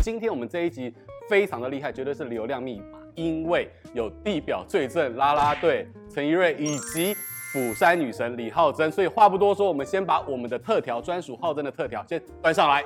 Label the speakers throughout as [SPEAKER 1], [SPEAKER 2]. [SPEAKER 1] 今天我们这一集非常的厉害，绝对是流量密码，因为有地表罪证啦啦队陈怡瑞以及釜山女神李浩珍，所以话不多说，我们先把我们的特调专属浩珍的特调先端上来。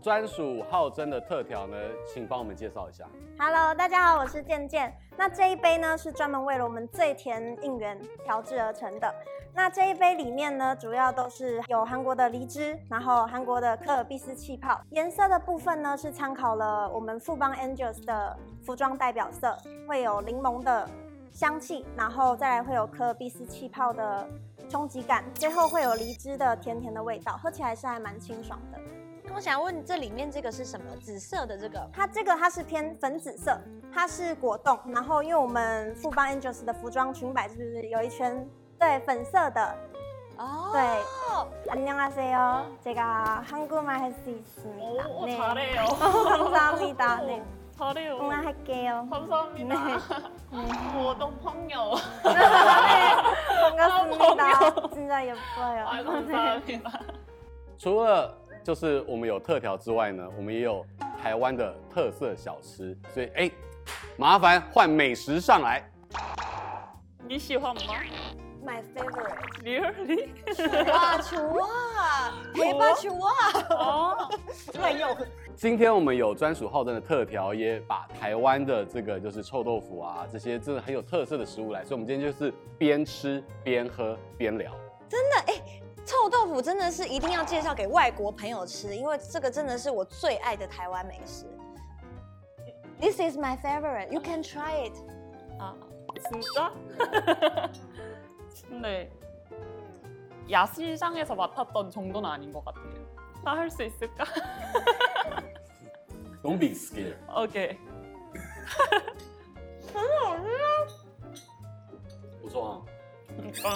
[SPEAKER 1] 专属浩珍的特调呢，请帮我们介绍一下。
[SPEAKER 2] Hello，大家好，我是健健。那这一杯呢是专门为了我们醉甜应援调制而成的。那这一杯里面呢，主要都是有韩国的梨汁，然后韩国的科尔必斯气泡。颜色的部分呢是参考了我们富邦 Angels 的服装代表色，会有柠檬的香气，然后再来会有科尔必斯气泡的冲击感，最后会有梨汁的甜甜的味道，喝起来是还蛮清爽的。
[SPEAKER 3] 那我想问，这里面这个是什么？紫色的这个，
[SPEAKER 2] 它这个它是偏粉紫色，它是果冻。然后因为我们富邦 Angels 的服装裙摆是不是有一圈对粉色的？
[SPEAKER 3] 哦，
[SPEAKER 2] 对，안녕하세요，제가한국말할수있습니다
[SPEAKER 4] 오,
[SPEAKER 2] 네
[SPEAKER 4] 잘해요.
[SPEAKER 2] 감사합니다 네,
[SPEAKER 4] 오, 잘해요.
[SPEAKER 2] 응원할게요.
[SPEAKER 4] 감사합니다. 오, 너무 펑요.
[SPEAKER 2] 네,
[SPEAKER 4] 아,
[SPEAKER 2] 반갑습니다.
[SPEAKER 4] 고마워요.
[SPEAKER 2] 진짜 예뻐요.
[SPEAKER 4] 아, 감사합니다.
[SPEAKER 1] 除了就是我们有特调之外呢，我们也有台湾的特色小吃，所以哎、麻烦换美食上来。
[SPEAKER 4] 니시환마?
[SPEAKER 2] My favorite.
[SPEAKER 4] 리얼리?
[SPEAKER 3] 哇，球啊，陪吧球啊，
[SPEAKER 4] 아,
[SPEAKER 1] 今天我们有专属浩珍的特调，也把台湾的这个就是臭豆腐啊这些真的很有特色的食物来，所以我们今天就是边吃边喝边聊。
[SPEAKER 3] 臭豆腐真的是一定要介绍给外国朋友吃，因为这个真的是我最爱的台湾美食。This is my favorite. You can try it.
[SPEAKER 4] 아, 진짜? 근데 야시장에서 맡았던 정도는 아닌 것 같아요. 나 할 수 있을까?
[SPEAKER 1] Don't be scared。
[SPEAKER 4] 오케이.
[SPEAKER 1] 不错啊。
[SPEAKER 4] 약간 그러니까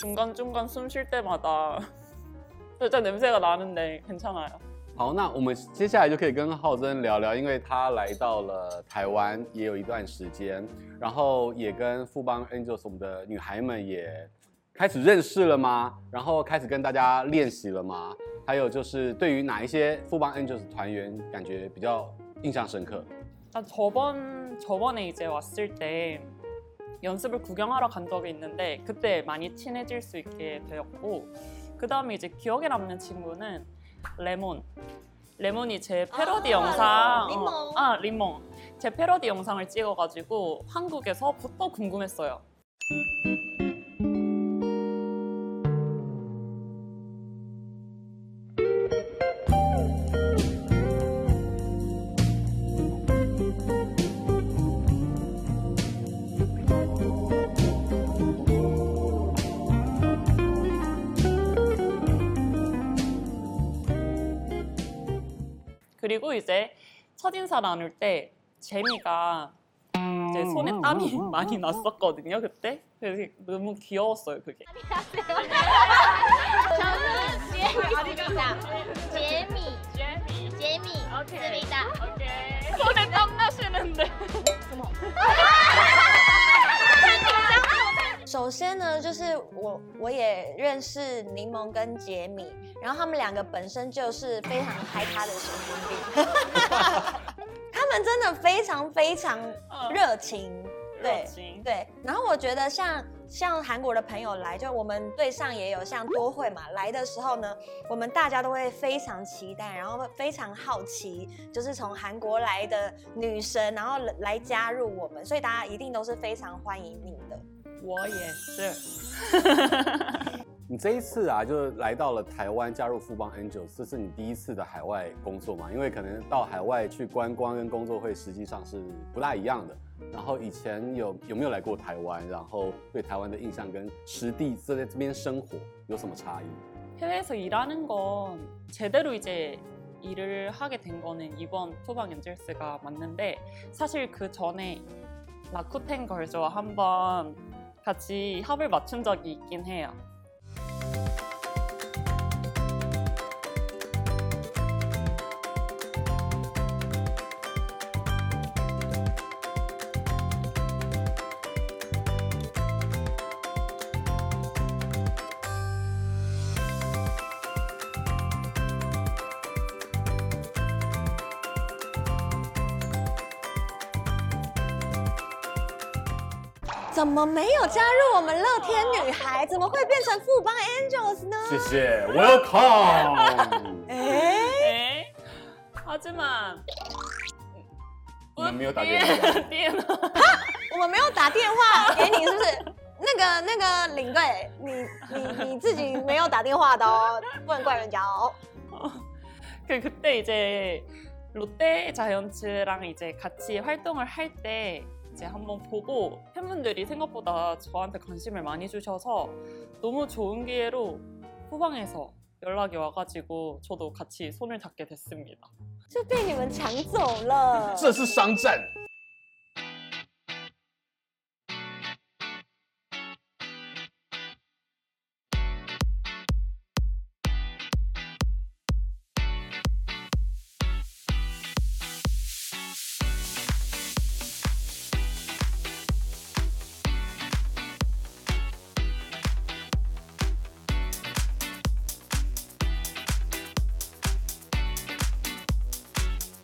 [SPEAKER 4] 중간중간 숨 쉴 때마다 진짜 냄새가 나는데 괜찮아요.
[SPEAKER 1] 好，那我们接下来就可以跟浩珍聊聊，因为他来到了台湾也有一段时间，然后也跟富邦 Angels 我们的女孩们也开始认识了吗？然后开始跟大家练习了吗？还有就是对于哪一些富邦 Angels 团员感觉比较印象深刻？
[SPEAKER 4] 난 저번 저번에 이제 왔을 때 연습을 구경하러 간 적이 있는데 그때 많이 친해질 수 있게 되었고 그 다음에 이제 기억에 남는 친구는 레몬 레몬이 제 패러디
[SPEAKER 3] 아,
[SPEAKER 4] 영상
[SPEAKER 3] 리몬.
[SPEAKER 4] 어, 아 리몬 제 패러디 영상을 찍어가지고 한국에서부터 궁금했어요 그리고 이제 첫인사 나눌 때 제미가 제 손에 땀이 많이 났었거든요 그때 그래서 너무 귀여웠어요 그게
[SPEAKER 5] 저는 제미 어디가 제미 제미 습니다
[SPEAKER 4] 손에 땀 나시는데
[SPEAKER 3] 首先呢，就是我我也认识柠檬跟杰米，然后他们两个本身就是非常嗨咖的神经病， 他们真的非常非常热情，对
[SPEAKER 4] 情
[SPEAKER 3] 对。然后我觉得像像韩国的朋友来，就我们队上也有像多会嘛，来的时候呢，我们大家都会非常期待，然后非常好奇，就是从韩国来的女神，然后来加入我们，所以大家一定都是非常欢迎你的。
[SPEAKER 4] 我也是。
[SPEAKER 1] 你这一次啊，就是来到了台湾，加入富邦 Angels，这是你第一次的海外工作嘛？因为可能到海外去观光跟工作会实际上是不大一样的。然后以前有有没有来过台湾？然后对台湾的印象跟实地在这边生活有什么差异？
[SPEAKER 4] 해외에서 일하는 건 제대로 이제 일을 하게 된 거는 이번 투방 엔젤스가 맞는데 사실 그 전에 라쿠텐 걸즈와 한번 같이 합을 맞춘 적이 있긴 해요.
[SPEAKER 3] 怎么没有加入我们乐天女孩？怎么会变成富邦 Angels 呢？
[SPEAKER 1] 谢谢，Welcome。
[SPEAKER 3] 哎，
[SPEAKER 4] 네. 하지만 어,
[SPEAKER 1] 我们没有打电话，
[SPEAKER 4] 띠에는
[SPEAKER 3] 我们没有打电话给你，是不是？那个那个领队，你你你自己没有打电话的哦，不能怪人家哦。
[SPEAKER 4] 그 그때 이제 롯데 자이언츠랑 이제 같이 활동을 할 때 이제 한번 보고 팬분들이 생각보다 저한테 관심을 많이 주셔서 너무 좋은 기회로 후방에서 연락이 와가지고 저도 같이 손을 잡게 됐습니다.
[SPEAKER 3] 就被你们抢走了。
[SPEAKER 1] 这是商战。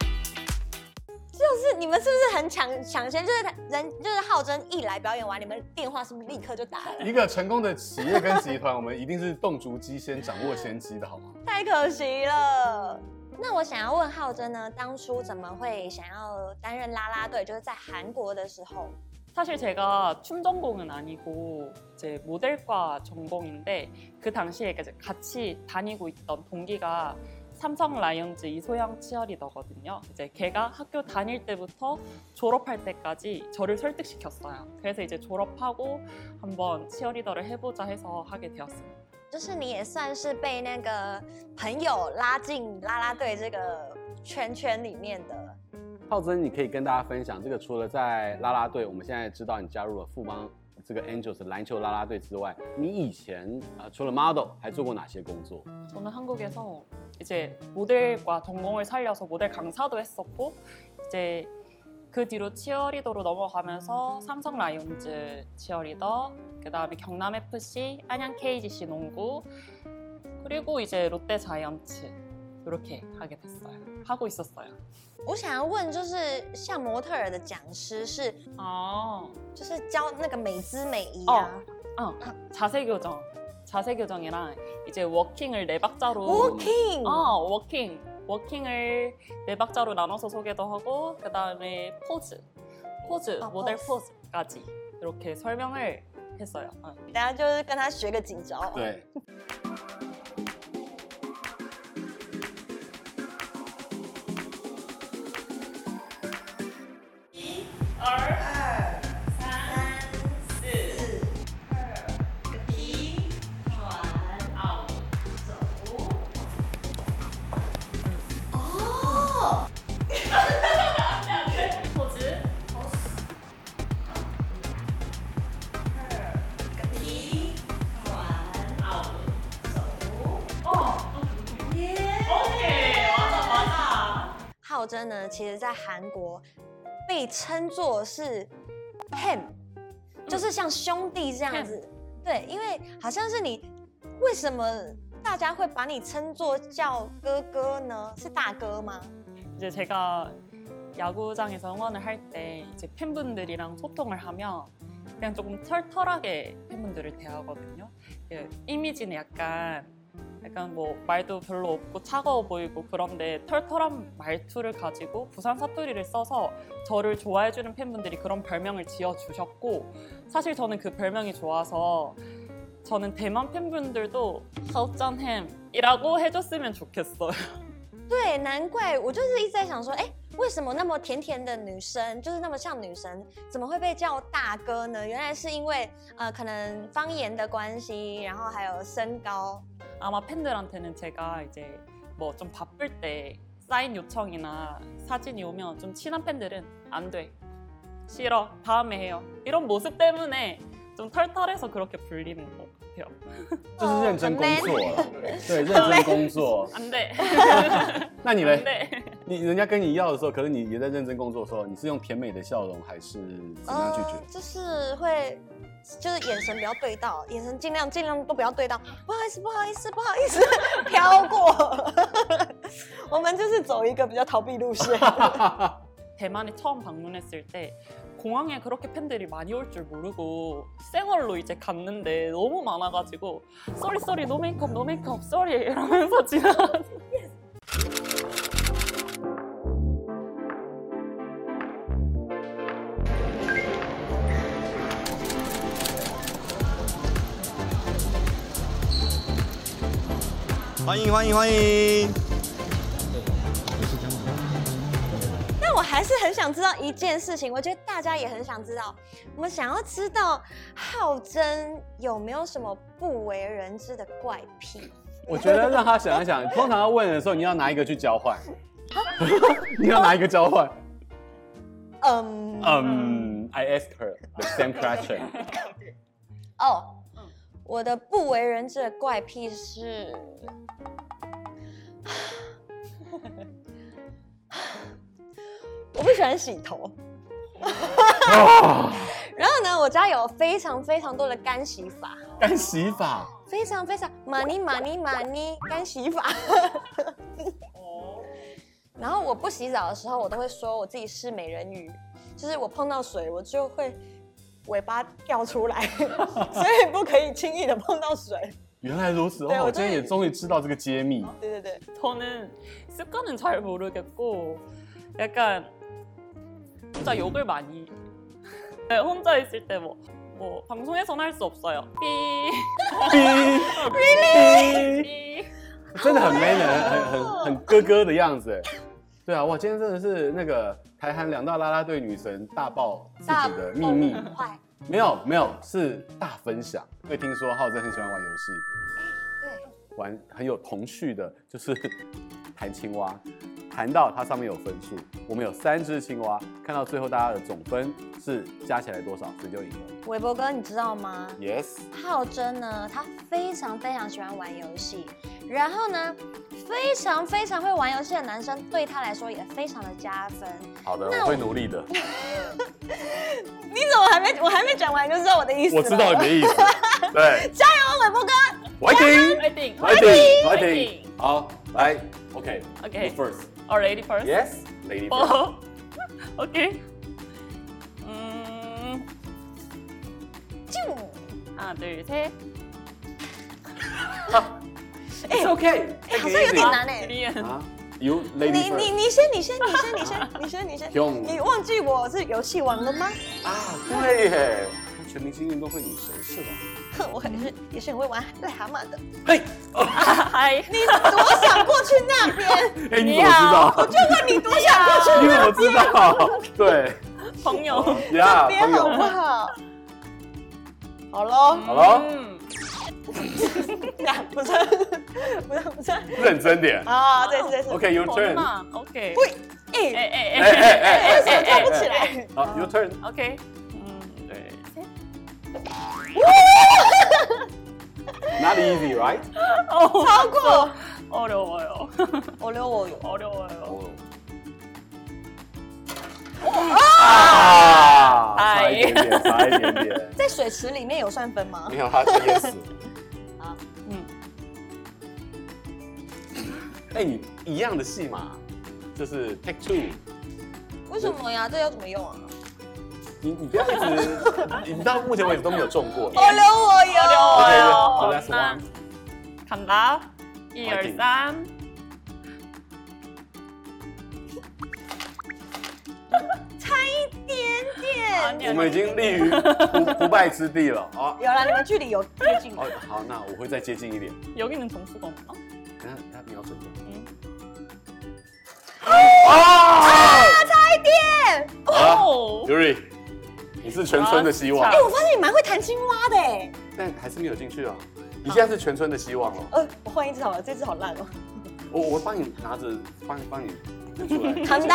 [SPEAKER 3] 就是你们是不是很抢抢先？就是人就是浩真一来表演完，你们电话是不是立刻就打了？
[SPEAKER 1] 一个成功的企业跟集团，我们一定是动足机先，掌握先机的好吗？
[SPEAKER 3] 太可惜了。那我想要问浩真呢，当初怎么会想要担任啦啦队？就是在韩国的时候，
[SPEAKER 4] 사실 제가 춤 전공은 아니고 이제 모델과 전공인데 그 당시에 이제 같이 다니고 있던 동기가 삼성 라이온즈 이소영 치어리더거든요. 이제 걔가 학교 다닐 때부터 졸업할 때까지 저를 설득시켰어요. 그래서 이제 졸업하고 한번 치어리더를 해보자 해서 하게 되었습니다.
[SPEAKER 3] 就是你也算是被那个朋友拉进啦啦队这个圈圈里面的。
[SPEAKER 1] 浩真，你可以跟大家分享这个，除了在啦啦队，我们现在知道你加入了富邦这个 Angels 篮球啦啦队之外，你以前啊、呃除了 model 还做过哪些工作？
[SPEAKER 4] 저는 한국에서 이제 모델과 전공을 살려서 모델 강사도 했었고 이제 그 뒤로 치어리더로 넘어가면서 삼성 라이온즈 치어리더 그다음에 경남 FC, 안양 KGC 농구 그리고 이제 롯데 자이언츠 이렇게 하게 됐어요. 하고 있었어요.
[SPEAKER 3] 我想要问，就是像模特儿的讲师是，
[SPEAKER 4] 아,
[SPEAKER 3] 就是教那个美姿美仪啊，
[SPEAKER 4] 어, 자세 교정. 자세 교정이랑 이제 워킹을 네 박자로
[SPEAKER 3] walking，、
[SPEAKER 4] 어 워킹 워킹을 네 박자로 나눠서 소개도 하고 그 다음에 포즈 포즈
[SPEAKER 3] 아,
[SPEAKER 4] 모델
[SPEAKER 3] 포즈.
[SPEAKER 4] 포즈. 까지 이렇게 설명을 했어요. 어.
[SPEAKER 3] 大家就是跟他学个几招。
[SPEAKER 1] 对，
[SPEAKER 3] 浩真呢，其实在韩国被称作是 ham，、就是像兄弟这样子。对，因为好像是你，为什么大家会把你称作叫哥哥呢？是大哥吗？
[SPEAKER 4] 이제 제가 야구장에서 응원을 할 때 이제 팬분들이랑 소통을 하면 그냥 조금 털털하게 팬분들을 대하거든요. 예, 이미지는 약간 약간 뭐 말도 별로 없고 차가워 보이고 그런데 털털한 말투를 가지고 부산 사투리를 써서 저를 좋아해주는 팬분들이 그런 별명을 지어주셨고 사실 저는 그 별명이 좋아서 저는 대만 팬분들도 서짠햄이라고 해줬으면 좋겠어요.
[SPEAKER 3] 对，难怪我就是一直在想说，哎、为什么那么甜甜的女生，就是那么像女神，怎么会被叫大哥呢？原来是因为呃，可能方言的关系，然后还有身高。
[SPEAKER 4] 아마 팬들한테는 제가 이제 뭐 좀 바쁠 때 사인 요청이나 사진이 오면 좀 친한 팬들은 안 돼. 싫어. 다음에 해요. 이런 모습 때문에 좀 털털해서 그렇게 불리는 것 같아요.
[SPEAKER 1] 这是认真工作了，对，认真工 作。
[SPEAKER 4] 안 돼.
[SPEAKER 1] 那你嘞
[SPEAKER 4] 안 ？ 돼.
[SPEAKER 1] 你人家跟你要的时候，可是你也在认真工作的时候，你是用甜美的笑容，还是怎么样拒绝？
[SPEAKER 3] 呃就是会，就是眼神不要对到，眼神尽量尽量都不要对到。不好意思，不好意思，不好意思， 飘过。 我们就是走一个比较逃避路线。
[SPEAKER 4] 대만에 처음 방문했을 때 공항에 그렇게 팬들이 많이 올 줄 모르고 생얼로 이제 갔는데 너무 많아가지고 쏘리 쏘리 노 메이크업 노 메이크업 쏘리 이러면서 지나
[SPEAKER 6] 欢迎欢迎欢迎！
[SPEAKER 3] 但我还是很想知道一件事情，我觉得大家也很想知道，我们想要知道浩真有没有什么不为人知的怪癖。
[SPEAKER 1] 我觉得让他想一想，通常要问的时候，你要拿一个去交换， 你要拿一个交换。
[SPEAKER 3] 嗯，
[SPEAKER 1] 嗯，I asked her the same question。
[SPEAKER 3] 哦，我的不为人知的怪癖是， 我不喜欢洗头。 然后呢，我家有非常非常多的干洗法，
[SPEAKER 1] 干洗法，
[SPEAKER 3] 非常非常 money money money 干洗法。然后我不洗澡的时候，我都会说我自己是美人鱼，就是我碰到水，我就会尾巴掉出来， 所以不可以轻易的碰到水。
[SPEAKER 1] 原来如此。
[SPEAKER 3] 对
[SPEAKER 1] 哦，
[SPEAKER 3] 我
[SPEAKER 1] 我今天
[SPEAKER 3] 真
[SPEAKER 1] 也
[SPEAKER 3] 的哦
[SPEAKER 1] 终于知道这个揭秘。
[SPEAKER 3] 对对对，
[SPEAKER 4] 저는 습관은 잘 모르겠고 약간 혼자 욕을 많이 네, 혼자 있을 때 뭐 뭐 방송에선 할 수 없어요.
[SPEAKER 1] B
[SPEAKER 4] 삐.
[SPEAKER 1] really？真的很 man，很很很
[SPEAKER 3] 哦
[SPEAKER 1] 很哥哥的样子。哎对啊，哇，今天真的是那个台韩两大啦啦队女神大爆自
[SPEAKER 3] 大
[SPEAKER 1] 己的秘密。
[SPEAKER 3] 坏，
[SPEAKER 1] 没有没有，是大分享。因为听说浩真很喜欢玩游戏，
[SPEAKER 3] 对，
[SPEAKER 1] 玩很有童趣的，就是弹青蛙。弹到它上面有分数，我们有三只青蛙，看到最后大家的总分是加起来多少，谁就赢了。
[SPEAKER 3] 韦伯哥，你知道吗？
[SPEAKER 1] Yes，
[SPEAKER 3] 浩真呢，他非常非常喜欢玩游戏，然后呢，非常非常会玩游戏的男生对他来说也非常的加分。
[SPEAKER 1] 好的，
[SPEAKER 3] 那
[SPEAKER 1] 我会努力的。
[SPEAKER 3] 你怎么还没我还没讲完就知道我的意思？
[SPEAKER 1] 我知道你的 意思，对，
[SPEAKER 3] 加油，韦伯哥！
[SPEAKER 1] 我赢。
[SPEAKER 4] 화이팅.
[SPEAKER 1] 화이팅!
[SPEAKER 4] 화이팅!
[SPEAKER 1] 화이팅! 好，来，OK，OK、
[SPEAKER 4] Okay.
[SPEAKER 1] you first.
[SPEAKER 4] Or lady first.
[SPEAKER 1] Yes, lady
[SPEAKER 3] Oh,
[SPEAKER 1] first.
[SPEAKER 4] 어. 오케이. 음. 쭉. 하나 둘 셋.
[SPEAKER 1] It's okay.
[SPEAKER 3] eh，好像有点难哎、
[SPEAKER 4] 리엔.
[SPEAKER 1] 아, 啊 you
[SPEAKER 3] 你
[SPEAKER 1] lady
[SPEAKER 3] 你
[SPEAKER 1] first.
[SPEAKER 3] 你先，你先，你先，你先， 你先，你
[SPEAKER 1] 用
[SPEAKER 3] 先，你忘记我是游戏王了吗？
[SPEAKER 1] 啊，对耶，全明星运动会女神是啊吧？
[SPEAKER 3] 哼我很是也是很会玩癞蛤蟆的。
[SPEAKER 1] 嘿，
[SPEAKER 4] 아, 하이.
[SPEAKER 3] 你多想过去那边？
[SPEAKER 1] 哎，你怎么知道？
[SPEAKER 3] 就问你多想过 去
[SPEAKER 1] 因为我知道， 对
[SPEAKER 4] 朋友.
[SPEAKER 1] 呀，
[SPEAKER 3] 那边
[SPEAKER 1] 朋
[SPEAKER 3] 好不
[SPEAKER 1] 友，
[SPEAKER 3] 好？好喽，
[SPEAKER 1] 好了，
[SPEAKER 4] 음.
[SPEAKER 3] 呀，不是，不是，不是
[SPEAKER 1] 认真点。
[SPEAKER 3] 啊，对对对，
[SPEAKER 1] OK, your turn.
[SPEAKER 4] 번만. 오케이.
[SPEAKER 3] 哎，
[SPEAKER 4] 에에에.
[SPEAKER 1] 哎哎哎
[SPEAKER 3] 为什么
[SPEAKER 1] 哎
[SPEAKER 3] 跳
[SPEAKER 1] 哎
[SPEAKER 3] 不起
[SPEAKER 1] 哎，
[SPEAKER 3] 来？
[SPEAKER 1] 好，your turn.
[SPEAKER 4] 오케이. 음, 둘, 셋.
[SPEAKER 1] Not easy, right?
[SPEAKER 4] 어,
[SPEAKER 3] 超过，
[SPEAKER 4] 어려워요.
[SPEAKER 3] 我留我有，
[SPEAKER 4] 어려워요.
[SPEAKER 1] 오.
[SPEAKER 3] Ah，
[SPEAKER 1] 아, Ah，
[SPEAKER 4] 아,
[SPEAKER 1] 差一
[SPEAKER 4] 예.
[SPEAKER 1] 点点，差一点点。
[SPEAKER 3] 在水池里面有算分吗？
[SPEAKER 1] 没有，他噎死。
[SPEAKER 3] 好，
[SPEAKER 4] 嗯。
[SPEAKER 1] 哎，你一样的戏嘛，就是 take two。
[SPEAKER 3] 为什么呀？这要怎么用啊？
[SPEAKER 1] 你你不要一 直，你到目前为止都没有中过。
[SPEAKER 3] 我留我有，
[SPEAKER 1] 어려워요.
[SPEAKER 4] 어려워요. 난 간다.
[SPEAKER 1] 화이팅.
[SPEAKER 4] 213.
[SPEAKER 3] 差一点点。
[SPEAKER 4] 아니야.
[SPEAKER 1] 我们已经立于不不败之地了啊！
[SPEAKER 3] 有了，你们距离有接近
[SPEAKER 1] 哦，好，那我会再接近一点。
[SPEAKER 4] 여기는 정수가 없나?
[SPEAKER 1] 等下，等下瞄准
[SPEAKER 4] 嗯
[SPEAKER 1] 点。啊！
[SPEAKER 3] 差一点。
[SPEAKER 1] 好
[SPEAKER 4] 오.
[SPEAKER 1] Yuri，你是全村的希望
[SPEAKER 4] 啊，
[SPEAKER 3] 哎我发现你蛮会弹青蛙的哎。
[SPEAKER 1] 但还是没有进去啊！你现在是全村的希望了。
[SPEAKER 3] 呃，我换一只好了，这只好 烂哦。
[SPEAKER 1] 我我帮你拿着，帮帮你拿出来。
[SPEAKER 3] 간다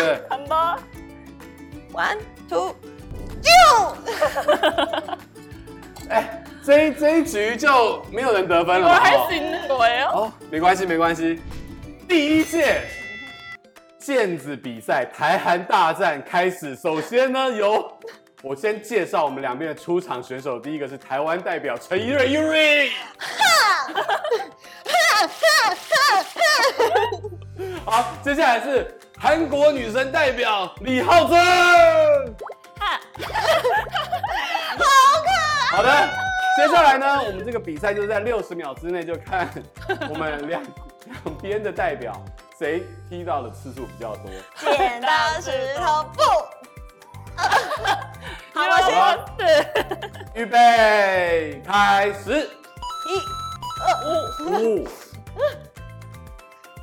[SPEAKER 1] 对对对
[SPEAKER 4] 간다.
[SPEAKER 3] One two two，
[SPEAKER 1] 哎，这一这一局就没有人得分了
[SPEAKER 4] 이걸
[SPEAKER 1] 嘛。
[SPEAKER 4] 할 수 있는 거예요?
[SPEAKER 1] 哦，没关系没关系。第一届毽子比赛台韩大战开始，首先呢由我先介绍我们两边的出场选手，第一个是台湾代表陈怡瑞 Yuri。好，接下来是韩国女生代表李浩珍。
[SPEAKER 4] 하,
[SPEAKER 1] 好的，接下来呢，我们这个比赛就是在六十秒之内就看我们两两边的代表谁踢到的次数比较多。
[SPEAKER 3] 剪刀石头布。
[SPEAKER 4] 아,
[SPEAKER 3] 好，我
[SPEAKER 1] 好
[SPEAKER 3] 先
[SPEAKER 1] 吧预备，开始，
[SPEAKER 3] 一、
[SPEAKER 1] 五，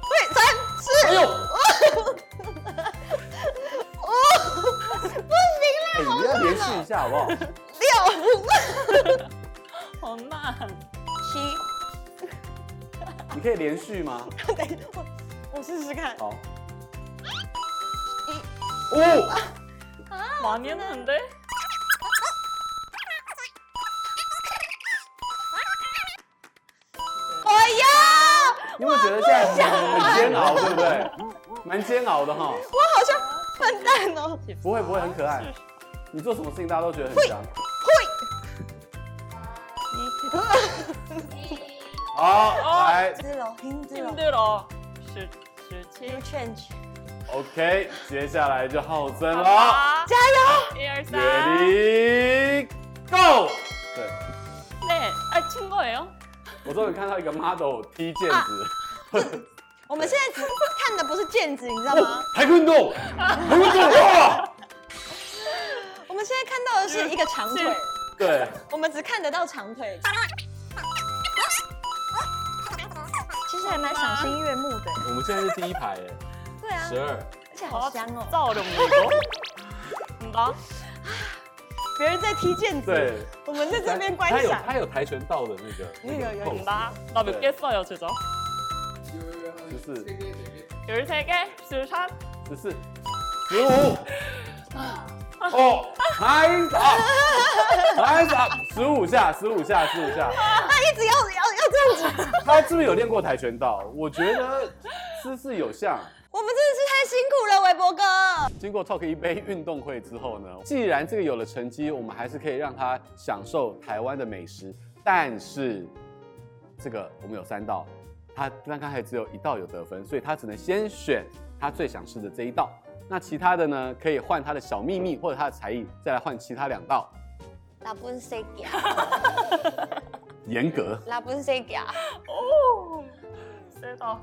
[SPEAKER 3] 对，三、四，
[SPEAKER 1] 哎呦，
[SPEAKER 3] 不
[SPEAKER 1] 哎，你要连续一下好不好？
[SPEAKER 3] 行了，六、
[SPEAKER 4] 好慢。
[SPEAKER 3] 七，
[SPEAKER 1] 你可以连续吗？
[SPEAKER 3] 等一下我我试试看，
[SPEAKER 1] 好，
[SPEAKER 3] 一。
[SPEAKER 1] 五，
[SPEAKER 4] 아, 많이 했는데?
[SPEAKER 3] 哎 야，
[SPEAKER 1] 你有没有觉得现在很很煎熬，对不对？蛮煎熬的哈，
[SPEAKER 3] 我好像笨蛋哦。
[SPEAKER 1] 不会不会，很可爱。你做什么事情大家都觉得很香。 好，来
[SPEAKER 3] 힘들어, 힘들어.
[SPEAKER 4] 힘들어. 실, 실치.
[SPEAKER 3] change.
[SPEAKER 1] ，OK，接下来就浩森了。
[SPEAKER 4] 아.
[SPEAKER 3] 자요.
[SPEAKER 4] 1,
[SPEAKER 1] Ready
[SPEAKER 4] 2, 3.
[SPEAKER 1] Go！对，
[SPEAKER 4] 네. 아, 친 거예요?
[SPEAKER 1] 我终于看到一个 model 踢毽 子，
[SPEAKER 3] 我们现在只看的不是毽子，你知道吗？
[SPEAKER 1] 还运动，还运动哇！
[SPEAKER 3] 我们现在看到的是一个长腿，
[SPEAKER 1] 对，
[SPEAKER 3] 我们只看得到长腿。其实还蛮赏心悦目的，
[SPEAKER 1] 我们现在是第一排耶，
[SPEAKER 3] 对啊，
[SPEAKER 1] 十二，
[SPEAKER 3] 而且好香哦。
[SPEAKER 4] 아, 진짜 어렵네, 이거. 나?
[SPEAKER 3] 别人在踢毽
[SPEAKER 1] 对
[SPEAKER 3] 子，，我们在这边观
[SPEAKER 1] 他有
[SPEAKER 3] 赏。
[SPEAKER 1] 他有跆拳道的那个，那个
[SPEAKER 3] 有有
[SPEAKER 1] pose
[SPEAKER 4] 나? 나 몇 개 써요, 진짜?
[SPEAKER 1] 就是
[SPEAKER 4] 13 개? 13?
[SPEAKER 1] 只是十五，哦，还啊，还啊，十五下，十五下，十五下，
[SPEAKER 3] 他一直要要要这样子，
[SPEAKER 1] 他是不是有练过跆拳道？我觉得姿势有像。
[SPEAKER 3] 我们真的是太辛苦了，韦伯哥。
[SPEAKER 1] 经过 Talk 一杯运动会之后呢，既然这个有了成绩，我们还是可以让他享受台湾的美食。但是这个我们有三道，他但刚才只有一道有得分，所以他只能先选他最想吃的这一道。那其他的呢，可以换他的小秘密或者他的才艺，再来换其他两道。
[SPEAKER 3] 拉布塞给，啊
[SPEAKER 1] 严格
[SPEAKER 3] 拉布塞给，啊
[SPEAKER 4] 오, 세다.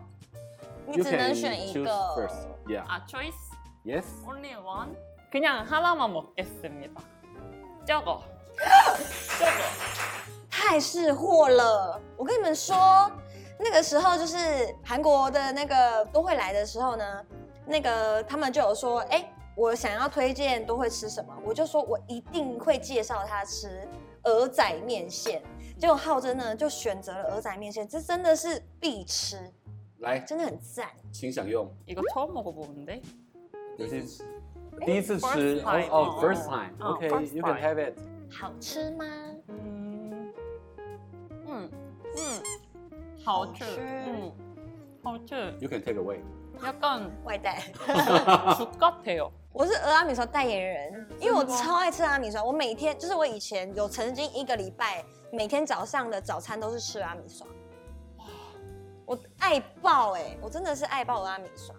[SPEAKER 3] 你只能选一
[SPEAKER 1] choose
[SPEAKER 3] 个。啊
[SPEAKER 1] first. Yeah.
[SPEAKER 4] 아, choice?
[SPEAKER 1] Yes.
[SPEAKER 4] Only one? 그냥 하나만 먹겠습니다. 저거.
[SPEAKER 3] 太识货了！我跟你们说，那个时候就是韩国的那个都会来的时候呢，那个他们就有说，哎、我想要推荐都会吃什么，我就说我一定会介绍他吃鹅仔面线。结果浩真呢就选择了鹅仔面线，这真的是必吃，
[SPEAKER 1] 来，
[SPEAKER 3] 真的很赞。
[SPEAKER 1] 请享用。
[SPEAKER 4] 이거 처음 먹어보는데?
[SPEAKER 1] 有些第一次
[SPEAKER 4] first
[SPEAKER 1] 吃，
[SPEAKER 3] 哎
[SPEAKER 4] time
[SPEAKER 1] 哦
[SPEAKER 4] 哦
[SPEAKER 1] ，first time。
[SPEAKER 4] 哦 first
[SPEAKER 1] OK，you can
[SPEAKER 4] time
[SPEAKER 1] have it.
[SPEAKER 3] 好吃吗？
[SPEAKER 4] 음, 음, 음, 하우츠, 음, 하우츠.
[SPEAKER 1] You can take away.
[SPEAKER 4] 약간
[SPEAKER 3] 外带。
[SPEAKER 4] 죽 같아요.
[SPEAKER 3] 我是俄阿米刷代言人，因为我超爱吃阿米刷。我每天就是我以前有曾经一个礼拜，每天早上的早餐都是吃阿米刷。我爱爆哎、我真的是爱爆俄阿米刷。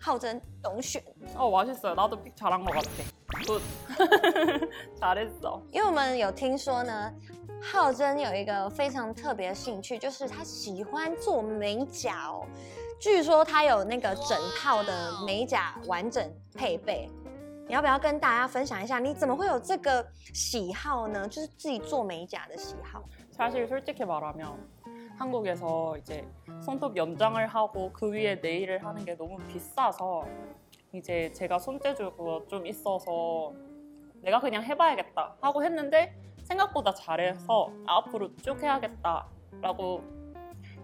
[SPEAKER 3] 浩真懂选，
[SPEAKER 4] 어 맛있어요. 나도 픽 잘한 것 같아. 굿. 잘했어.
[SPEAKER 3] 因为我们有听说呢，浩真有一个非常特别的兴趣，就是他喜欢做美甲哦。据说他有那个整套的美甲完整配备。你要不要跟大家分享一下，你怎么会有这个喜好呢？就是自己做美甲的喜好。
[SPEAKER 4] 사실 솔직히 말하면 한국에서 이제 손톱 연장을 하고 그 위에 네일을 하는 게 너무 비싸서 이제 제가 손재주가 좀 있어서 내가 그냥 해봐야겠다 하고 했는데 생각보다 잘해서 앞으로 쭉 해야겠다라고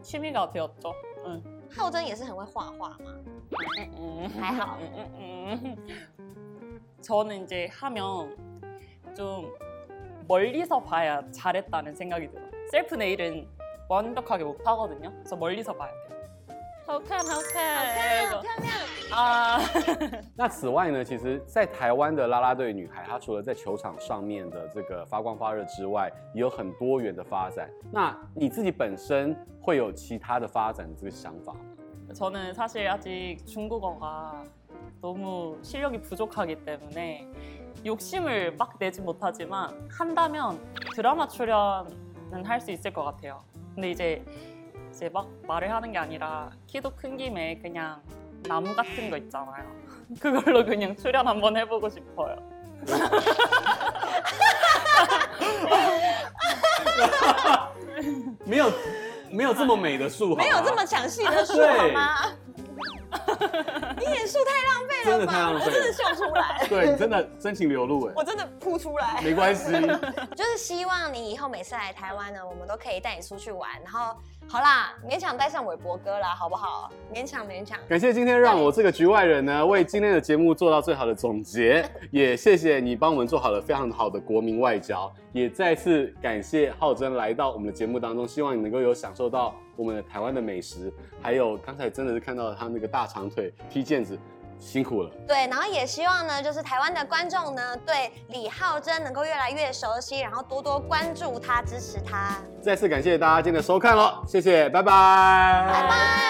[SPEAKER 4] 취미가 되었죠. 응.
[SPEAKER 3] 浩真也是很会画画嘛，
[SPEAKER 4] 음, 음.
[SPEAKER 3] 还好。
[SPEAKER 4] 음, 음. 저는 이제 하면 좀 멀리서 봐야 잘했다는 생각이 들어요. 셀프 네일은 완벽하게 못 하거든요. 그래서 멀리서 봐야 돼요. 하우칸 하우칸. 아,
[SPEAKER 1] 那此外呢，其实，在台湾的啦啦队女孩，她除了在球场上面的这个发光发热之外，也有很多元的发展。那你自己本身会有其他的发展的这个想法吗？
[SPEAKER 4] 저는 사실 아직 중국어가 너무 실력이 부족하기 때문에 욕심을 막 내지 못하지만 한다면 드라마 출연은 할 수 있을 것 같아요. 근데 이제 이제 막 말을 하는 게 아니라 키도 큰 김에 그냥 나무 같은 거 있잖아요. 그걸로 그냥 출연 한번 해보고 싶어요.
[SPEAKER 1] 没有没有这么美的树，好吗
[SPEAKER 3] 没有这么详细的说好
[SPEAKER 1] 对
[SPEAKER 3] 吗？你演树太浪费
[SPEAKER 1] 真的
[SPEAKER 3] 了
[SPEAKER 1] 太
[SPEAKER 3] 吧！
[SPEAKER 1] 浪
[SPEAKER 3] 我
[SPEAKER 1] 费了
[SPEAKER 3] 真的笑出来，
[SPEAKER 1] 对，真的真情流露
[SPEAKER 3] 我
[SPEAKER 1] 哎，
[SPEAKER 3] 真的哭出来。
[SPEAKER 1] 没关系，
[SPEAKER 3] 就是希望你以后每次来台湾呢，我们都可以带你出去玩。然后，好啦，勉强带上韦伯哥啦，好不好？勉强勉强。
[SPEAKER 1] 感谢今天让我这个局外人呢为今天的节目做到最好的总结，也谢谢你帮我们做好了非常好的国民外交，也再次感谢浩真来到我们的节目当中，希望你能够有享受到我们的台湾的美食，还有刚才真的是看到他那个大长腿踢毽子，辛苦了。
[SPEAKER 3] 对，然后也希望呢，就是台湾的观众呢，对李浩真能够越来越熟悉，然后多多关注他，支持他。
[SPEAKER 1] 哦再次感谢大家今天的收看喽，谢谢，拜拜，
[SPEAKER 3] 拜拜。